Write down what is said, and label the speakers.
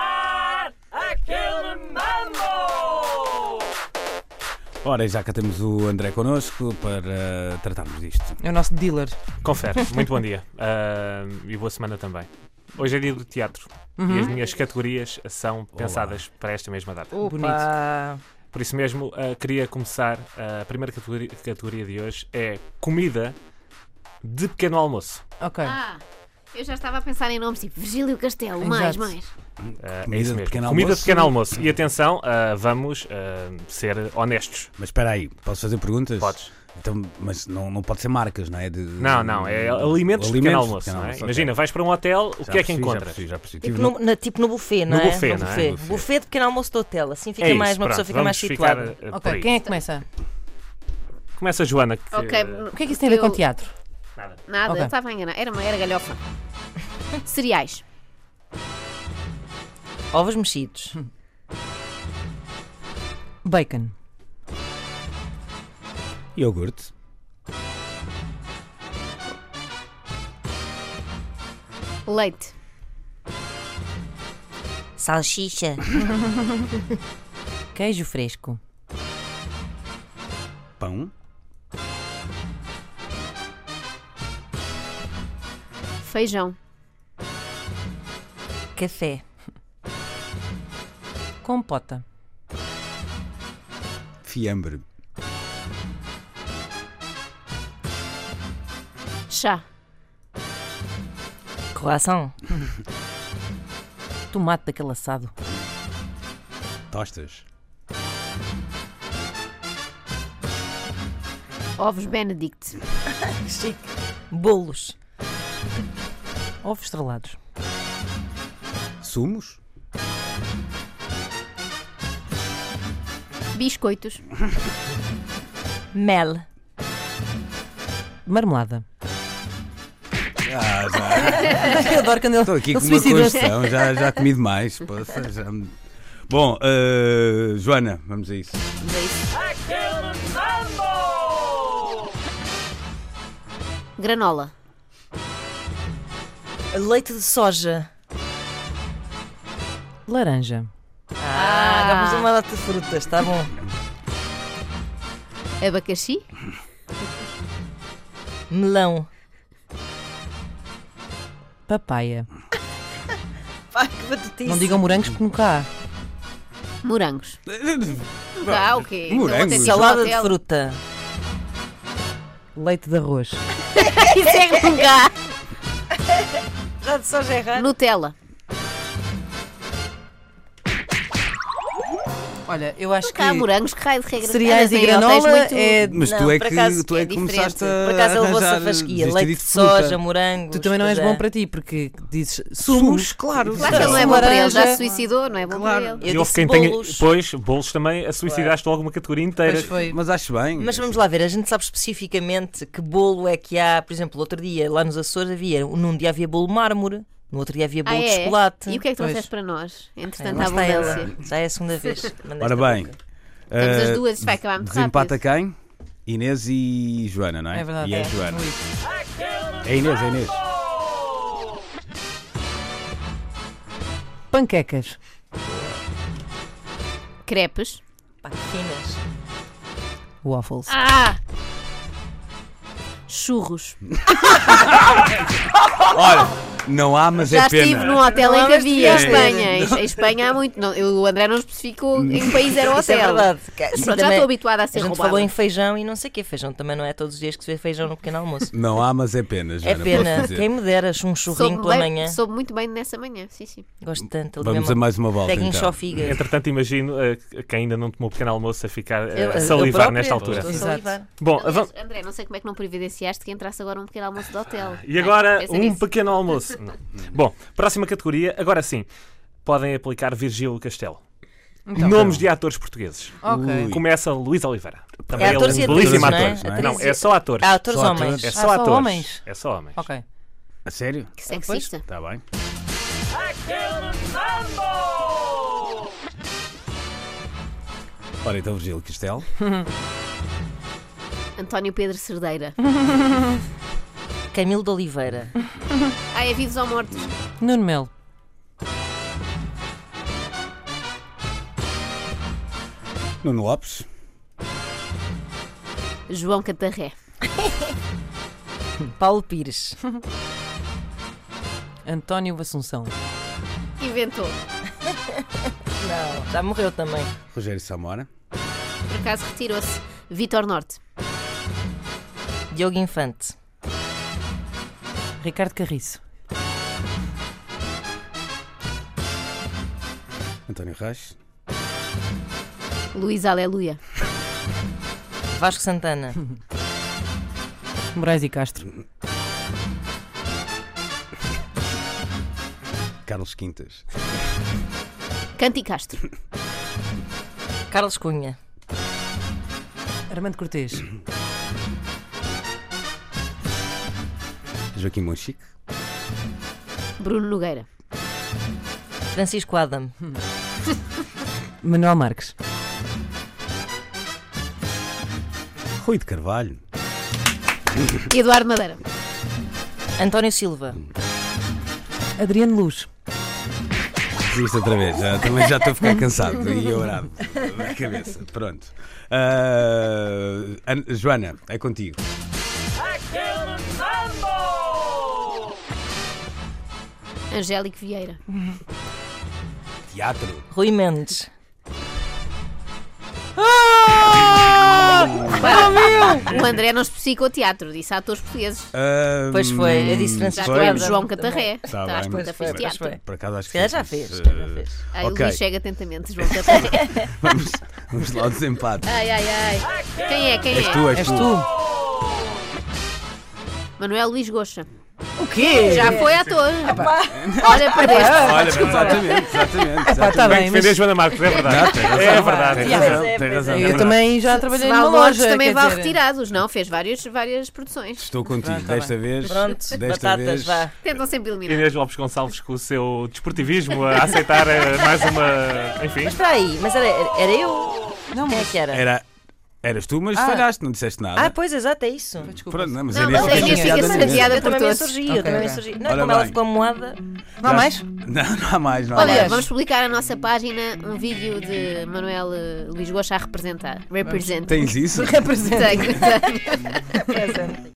Speaker 1: Jogar aquele mambo!
Speaker 2: Ora, e já cá temos o André connosco para tratarmos disto.
Speaker 3: É o nosso dealer.
Speaker 4: Confere, muito bom dia. Ah, e boa semana também. Hoje é dia do teatro e
Speaker 5: Uhum.
Speaker 4: as minhas categorias são pensadas para esta mesma data.
Speaker 5: Uh.
Speaker 3: Bonito.
Speaker 4: Por isso mesmo, ah, queria começar. ah, a primeira categoria, categoria de hoje é comida de pequeno almoço.
Speaker 3: Ok.
Speaker 6: Ah, eu já estava a pensar em nomes tipo Virgílio Castelo, mais,
Speaker 3: Exato.
Speaker 6: mais.
Speaker 4: Ah,
Speaker 2: Comida
Speaker 4: é isso
Speaker 2: de
Speaker 4: mesmo.
Speaker 2: pequeno
Speaker 4: comida
Speaker 2: almoço?
Speaker 4: de pequeno almoço. E atenção, ah, vamos ah, ser honestos.
Speaker 2: Mas espera aí, posso fazer perguntas?
Speaker 4: Podes.
Speaker 2: Então, mas não, não pode ser marcas, não é? De-
Speaker 4: Não, não, é
Speaker 2: Hum,
Speaker 4: alimentos, de pequeno almoço. não é?
Speaker 2: ok.
Speaker 4: Imagina, vais para um hotel,
Speaker 2: Já
Speaker 4: o que é que
Speaker 2: percebi,
Speaker 4: encontras?
Speaker 2: Já percebi, já percebi.
Speaker 5: Tipo
Speaker 2: Tive
Speaker 5: no, na- tipo no buffet, não
Speaker 4: No
Speaker 5: é?
Speaker 4: buffet, não é?
Speaker 5: buffet.
Speaker 2: No buffet.
Speaker 5: Buffet de pequeno almoço do hotel, assim fica
Speaker 4: É isso,
Speaker 5: mais, uma
Speaker 4: pronto,
Speaker 5: pessoa fica
Speaker 4: vamos
Speaker 5: mais
Speaker 4: ficar,
Speaker 5: situada.
Speaker 4: ah, por
Speaker 3: Ok,
Speaker 4: aí.
Speaker 3: quem é que começa?
Speaker 4: Começa a Joana. Que,
Speaker 6: Ok.
Speaker 3: O que é que isso tem a ver com
Speaker 6: eu-
Speaker 3: teatro?
Speaker 4: Nada.
Speaker 6: Nada,
Speaker 3: Ok.
Speaker 6: estava a enganar. Era uma era galhofa. Cereais.
Speaker 5: Ovos mexidos,
Speaker 3: Bacon.
Speaker 2: Iogurte.
Speaker 6: Leite.
Speaker 5: salsicha, queijo fresco,
Speaker 2: Pão.
Speaker 6: Feijão.
Speaker 5: café,
Speaker 3: Compota.
Speaker 2: Fiambre.
Speaker 6: Chá.
Speaker 5: croissant,
Speaker 3: Tomate daquele assado.
Speaker 2: Tostas.
Speaker 6: Ovos Benedict.
Speaker 5: bolos,
Speaker 3: Ovos estrelados.
Speaker 2: Sumos.
Speaker 6: Biscoitos.
Speaker 5: mel,
Speaker 3: Marmelada.
Speaker 2: Ah, já.
Speaker 3: Eu adoro quando ele,
Speaker 2: Estou aqui
Speaker 3: ele
Speaker 2: com uma
Speaker 3: suicida-se.
Speaker 2: congestão. Já, já comi demais. Poxa, já me- Bom, eh, Joana, vamos a isso.
Speaker 1: Aquele mambo!
Speaker 6: Granola.
Speaker 5: leite de soja.
Speaker 3: Laranja.
Speaker 5: Ah, agora vamos uma data de frutas, tá bom?
Speaker 6: Abacaxi.
Speaker 5: Melão,
Speaker 3: Papaya.
Speaker 5: pá, que batutice.
Speaker 3: Não digam morangos porque nunca há.
Speaker 6: Morangos. Ah, o quê?
Speaker 2: Morangos.
Speaker 6: Então,
Speaker 5: salada de
Speaker 6: hotel.
Speaker 5: fruta,
Speaker 3: Leite de arroz.
Speaker 6: Isso é que não dá.
Speaker 5: já de soja é raro.
Speaker 6: Nutella.
Speaker 3: Olha, eu acho que
Speaker 6: Cá, morangos, que raio de regra.
Speaker 3: cereais
Speaker 6: Andas
Speaker 3: e
Speaker 6: em hotéis
Speaker 3: granola
Speaker 6: muito-
Speaker 3: é...
Speaker 2: Mas
Speaker 5: Não,
Speaker 2: tu é
Speaker 5: por
Speaker 2: que,
Speaker 5: acaso
Speaker 2: tu é
Speaker 6: é
Speaker 2: que
Speaker 6: diferente.
Speaker 2: começaste a.
Speaker 5: Por acaso levou-se a
Speaker 2: arranjar
Speaker 5: fasquia,
Speaker 2: desiste
Speaker 5: leite de
Speaker 2: fruta.
Speaker 5: soja, morangos.
Speaker 3: Tu também não és
Speaker 5: coisa.
Speaker 6: é.
Speaker 3: bom para ti, porque dizes sumos.
Speaker 2: claro.
Speaker 6: Claro que ele não é bom para ele, já se suicidou, não é bom para ele.
Speaker 5: Eu
Speaker 4: houve
Speaker 5: disse
Speaker 4: quem tenha-
Speaker 5: bolos.
Speaker 4: Pois, bolos também, a suicidaste logo uma categoria inteira.
Speaker 3: Mas foi...
Speaker 2: Mas acho bem.
Speaker 5: Mas vamos lá ver, a gente sabe especificamente que bolo é que há. Por exemplo, outro dia lá nos Açores havia, num dia havia bolo mármore, no outro dia havia bolo
Speaker 6: Ah,
Speaker 5: de
Speaker 6: é?
Speaker 5: chocolate.
Speaker 6: E o que é
Speaker 3: Pois.
Speaker 6: que trouxeste para nós? Entretanto,
Speaker 5: lá
Speaker 6: à
Speaker 5: está ela.
Speaker 6: abundância.
Speaker 5: Já é a segunda vez. Mandei
Speaker 2: Ora
Speaker 5: esta
Speaker 2: bem.
Speaker 5: boca.
Speaker 6: Estamos
Speaker 2: eh,
Speaker 6: as duas, isto vai acabar muito
Speaker 2: Desempata
Speaker 6: rápido.
Speaker 2: quem? Inês e Joana, não é?
Speaker 3: É verdade.
Speaker 2: E
Speaker 3: é.
Speaker 2: a Joana.
Speaker 3: Ui.
Speaker 2: É Inês, é Inês.
Speaker 3: Panquecas.
Speaker 6: Crepes.
Speaker 5: Pá, que finas.
Speaker 3: Waffles.
Speaker 6: Ah! Churros.
Speaker 2: Olha, não há, mas
Speaker 6: Já
Speaker 2: é pena.
Speaker 6: estive num hotel em que havia em
Speaker 2: mas-
Speaker 6: Espanha. Em- Em Espanha há muito. Não, eu- o André não especificou em que país era o
Speaker 5: Isso é
Speaker 6: um hotel.
Speaker 5: verdade. Que- assim
Speaker 6: Pronto, já
Speaker 5: também-
Speaker 6: estou habituada a
Speaker 5: A
Speaker 6: ser
Speaker 5: gente
Speaker 6: roubada.
Speaker 5: falou em feijão e não sei o quê. Feijão também não é todos os dias que se vê feijão no pequeno almoço.
Speaker 2: Não há, mas é pena,
Speaker 5: É
Speaker 2: Joana. posso
Speaker 5: pena.
Speaker 2: dizer.
Speaker 5: Quem me dera um churrinho
Speaker 6: Soube
Speaker 5: pela
Speaker 6: bem-
Speaker 5: manhã.
Speaker 6: soube muito bem nessa manhã, sim, sim.
Speaker 5: Gosto tanto. ali
Speaker 2: Vamos
Speaker 5: mesmo.
Speaker 2: a mais uma volta.
Speaker 5: Pega
Speaker 2: Então.
Speaker 5: enxofigas.
Speaker 4: Entretanto, imagino eh, quem ainda não tomou pequeno almoço a ficar eh,
Speaker 5: Eu-
Speaker 4: a
Speaker 5: eu
Speaker 4: salivar
Speaker 5: própria
Speaker 4: nesta altura.
Speaker 5: estou a
Speaker 3: Exato.
Speaker 5: salivar.
Speaker 4: Bom,
Speaker 6: Aliás,
Speaker 4: vamos-
Speaker 6: André, não sei como é que não providenciaste que entrasse agora um pequeno almoço de hotel.
Speaker 4: E agora,
Speaker 6: Pensa
Speaker 4: um
Speaker 6: nisso.
Speaker 4: pequeno almoço. Não. Bom, próxima categoria. Agora sim, podem aplicar Virgílio Castelo. Nomes de atores portugueses.
Speaker 6: Ah,
Speaker 3: Ok.
Speaker 2: Ui.
Speaker 4: Começa Luís Oliveira. Também
Speaker 5: É
Speaker 4: ele
Speaker 5: atores e
Speaker 4: um
Speaker 5: atrizes,
Speaker 4: belíssimo
Speaker 5: não
Speaker 4: ator.
Speaker 5: é?
Speaker 2: ator.
Speaker 4: Não,
Speaker 5: Atrizes
Speaker 4: é
Speaker 5: e-
Speaker 4: só atores.
Speaker 5: Há atores
Speaker 2: Só atores.
Speaker 5: homens.
Speaker 4: É
Speaker 3: Ah,
Speaker 4: só
Speaker 3: só
Speaker 4: atores.
Speaker 3: homens?
Speaker 4: É só homens.
Speaker 3: Ok.
Speaker 2: A sério?
Speaker 6: Que sexista.
Speaker 2: Está bem.
Speaker 1: Aquele mambo!
Speaker 2: Ora então, Virgílio Castelo.
Speaker 6: António Pedro Cerdeira.
Speaker 5: Camilo de Oliveira.
Speaker 6: Ah, é vivos ou mortos?
Speaker 3: Nuno Melo.
Speaker 2: Nuno Lopes.
Speaker 6: João Catarré.
Speaker 5: Paulo Pires.
Speaker 3: António Assunção.
Speaker 6: Inventou.
Speaker 5: Não, já morreu também.
Speaker 2: Rogério Samora.
Speaker 6: Por acaso retirou-se. Vitor Norte.
Speaker 5: Diogo Infante.
Speaker 3: Ricardo Carriço.
Speaker 2: António Reis.
Speaker 6: Luís Aleluia.
Speaker 5: Vasco Santana.
Speaker 3: Moraes e Castro.
Speaker 2: Carlos Quintas.
Speaker 6: Canti Castro.
Speaker 5: Carlos Cunha.
Speaker 3: Armando Cortês.
Speaker 2: Joaquim Monchique.
Speaker 6: Bruno Nogueira.
Speaker 5: Francisco Adam.
Speaker 3: Manuel Marques.
Speaker 2: Rui de Carvalho.
Speaker 6: Eduardo Madeira.
Speaker 5: António Silva.
Speaker 3: Adriano Luz.
Speaker 2: Isto outra vez, já, também já estou a ficar cansado e orado na cabeça. Pronto. Ah, Ana- Joana, é contigo.
Speaker 1: Aquele mambo!
Speaker 6: Angélico Vieira.
Speaker 2: Teatro.
Speaker 5: Rui Mendes.
Speaker 6: O André não especificou teatro, disse atores portugueses.
Speaker 2: Ah,
Speaker 5: Pois foi, eu disse
Speaker 6: Já
Speaker 5: Francisco
Speaker 2: Foi.
Speaker 6: tivemos
Speaker 5: Adam.
Speaker 6: João Catarré.
Speaker 2: Tá
Speaker 6: Tá,
Speaker 2: bem.
Speaker 6: acho que nunca fez
Speaker 5: Pois foi,
Speaker 6: teatro.
Speaker 2: Por acaso acho
Speaker 5: Se
Speaker 2: que
Speaker 5: calhar já
Speaker 2: fiz,
Speaker 5: fez, se calhar já
Speaker 2: eh,
Speaker 5: fez.
Speaker 6: Ai,
Speaker 2: Ok.
Speaker 6: O Luís chega atentamente, João Catarré.
Speaker 2: Vamos, vamos lá ao desempate.
Speaker 6: ai, ai, ai. Quem é? Quem
Speaker 2: És
Speaker 6: é?
Speaker 2: tu, és,
Speaker 3: És
Speaker 2: tu.
Speaker 3: tu.
Speaker 6: Manuel Luís Goxa.
Speaker 5: O quê?
Speaker 6: Já foi ator. Olha, perdeste.
Speaker 2: Olha, exatamente, exatamente.
Speaker 3: Pá, tá
Speaker 2: exatamente.
Speaker 4: Bem
Speaker 3: bem, mas
Speaker 4: defender Joana Marques, é verdade. É verdade.
Speaker 2: Tem razão, tem
Speaker 5: Pois é,
Speaker 2: razão,
Speaker 5: pois
Speaker 2: tem
Speaker 5: é.
Speaker 3: eu
Speaker 2: razão.
Speaker 3: também já trabalhei
Speaker 6: Val
Speaker 3: numa
Speaker 6: Lourdes
Speaker 3: loja.
Speaker 6: também
Speaker 3: quer
Speaker 6: vai
Speaker 3: dizer,
Speaker 6: retirados, não? Fez várias, várias produções.
Speaker 2: Estou contigo,
Speaker 3: Pronto, tá
Speaker 2: desta vez. desta
Speaker 5: Pronto, batatas,
Speaker 2: vez.
Speaker 5: vá.
Speaker 6: Tentam sempre eliminar.
Speaker 4: Inês Lopes Gonçalves com o seu desportivismo a aceitar eh, mais uma. Enfim.
Speaker 5: Espera aí, mas era, era eu?
Speaker 3: Não,
Speaker 5: Quem é
Speaker 3: mas.
Speaker 5: que era?
Speaker 2: Era, eras tu, mas
Speaker 3: Ah.
Speaker 2: falhaste, não disseste nada.
Speaker 5: Ah, pois, exato, é isso.
Speaker 3: Desculpa.
Speaker 2: Pronto, não, mas é
Speaker 6: Não,
Speaker 2: a Inês
Speaker 6: mas
Speaker 2: fica
Speaker 6: a Inês fica
Speaker 2: chateada mesmo.
Speaker 6: chateada.
Speaker 5: Eu
Speaker 6: por
Speaker 5: também me
Speaker 6: todos.
Speaker 5: insurgi,
Speaker 3: Ok,
Speaker 5: eu também me
Speaker 3: ok.
Speaker 5: insurgi. Não é
Speaker 2: Olha
Speaker 5: como ela
Speaker 2: bem.
Speaker 5: ficou moada.
Speaker 3: Não há mais?
Speaker 2: Não, não há mais, não há
Speaker 6: Olha,
Speaker 2: mais.
Speaker 6: vamos publicar na nossa página um vídeo de Manuel eh, Luís Goxa a representar. Represent.
Speaker 2: Tens isso?
Speaker 5: É,
Speaker 6: Tenho, tenho.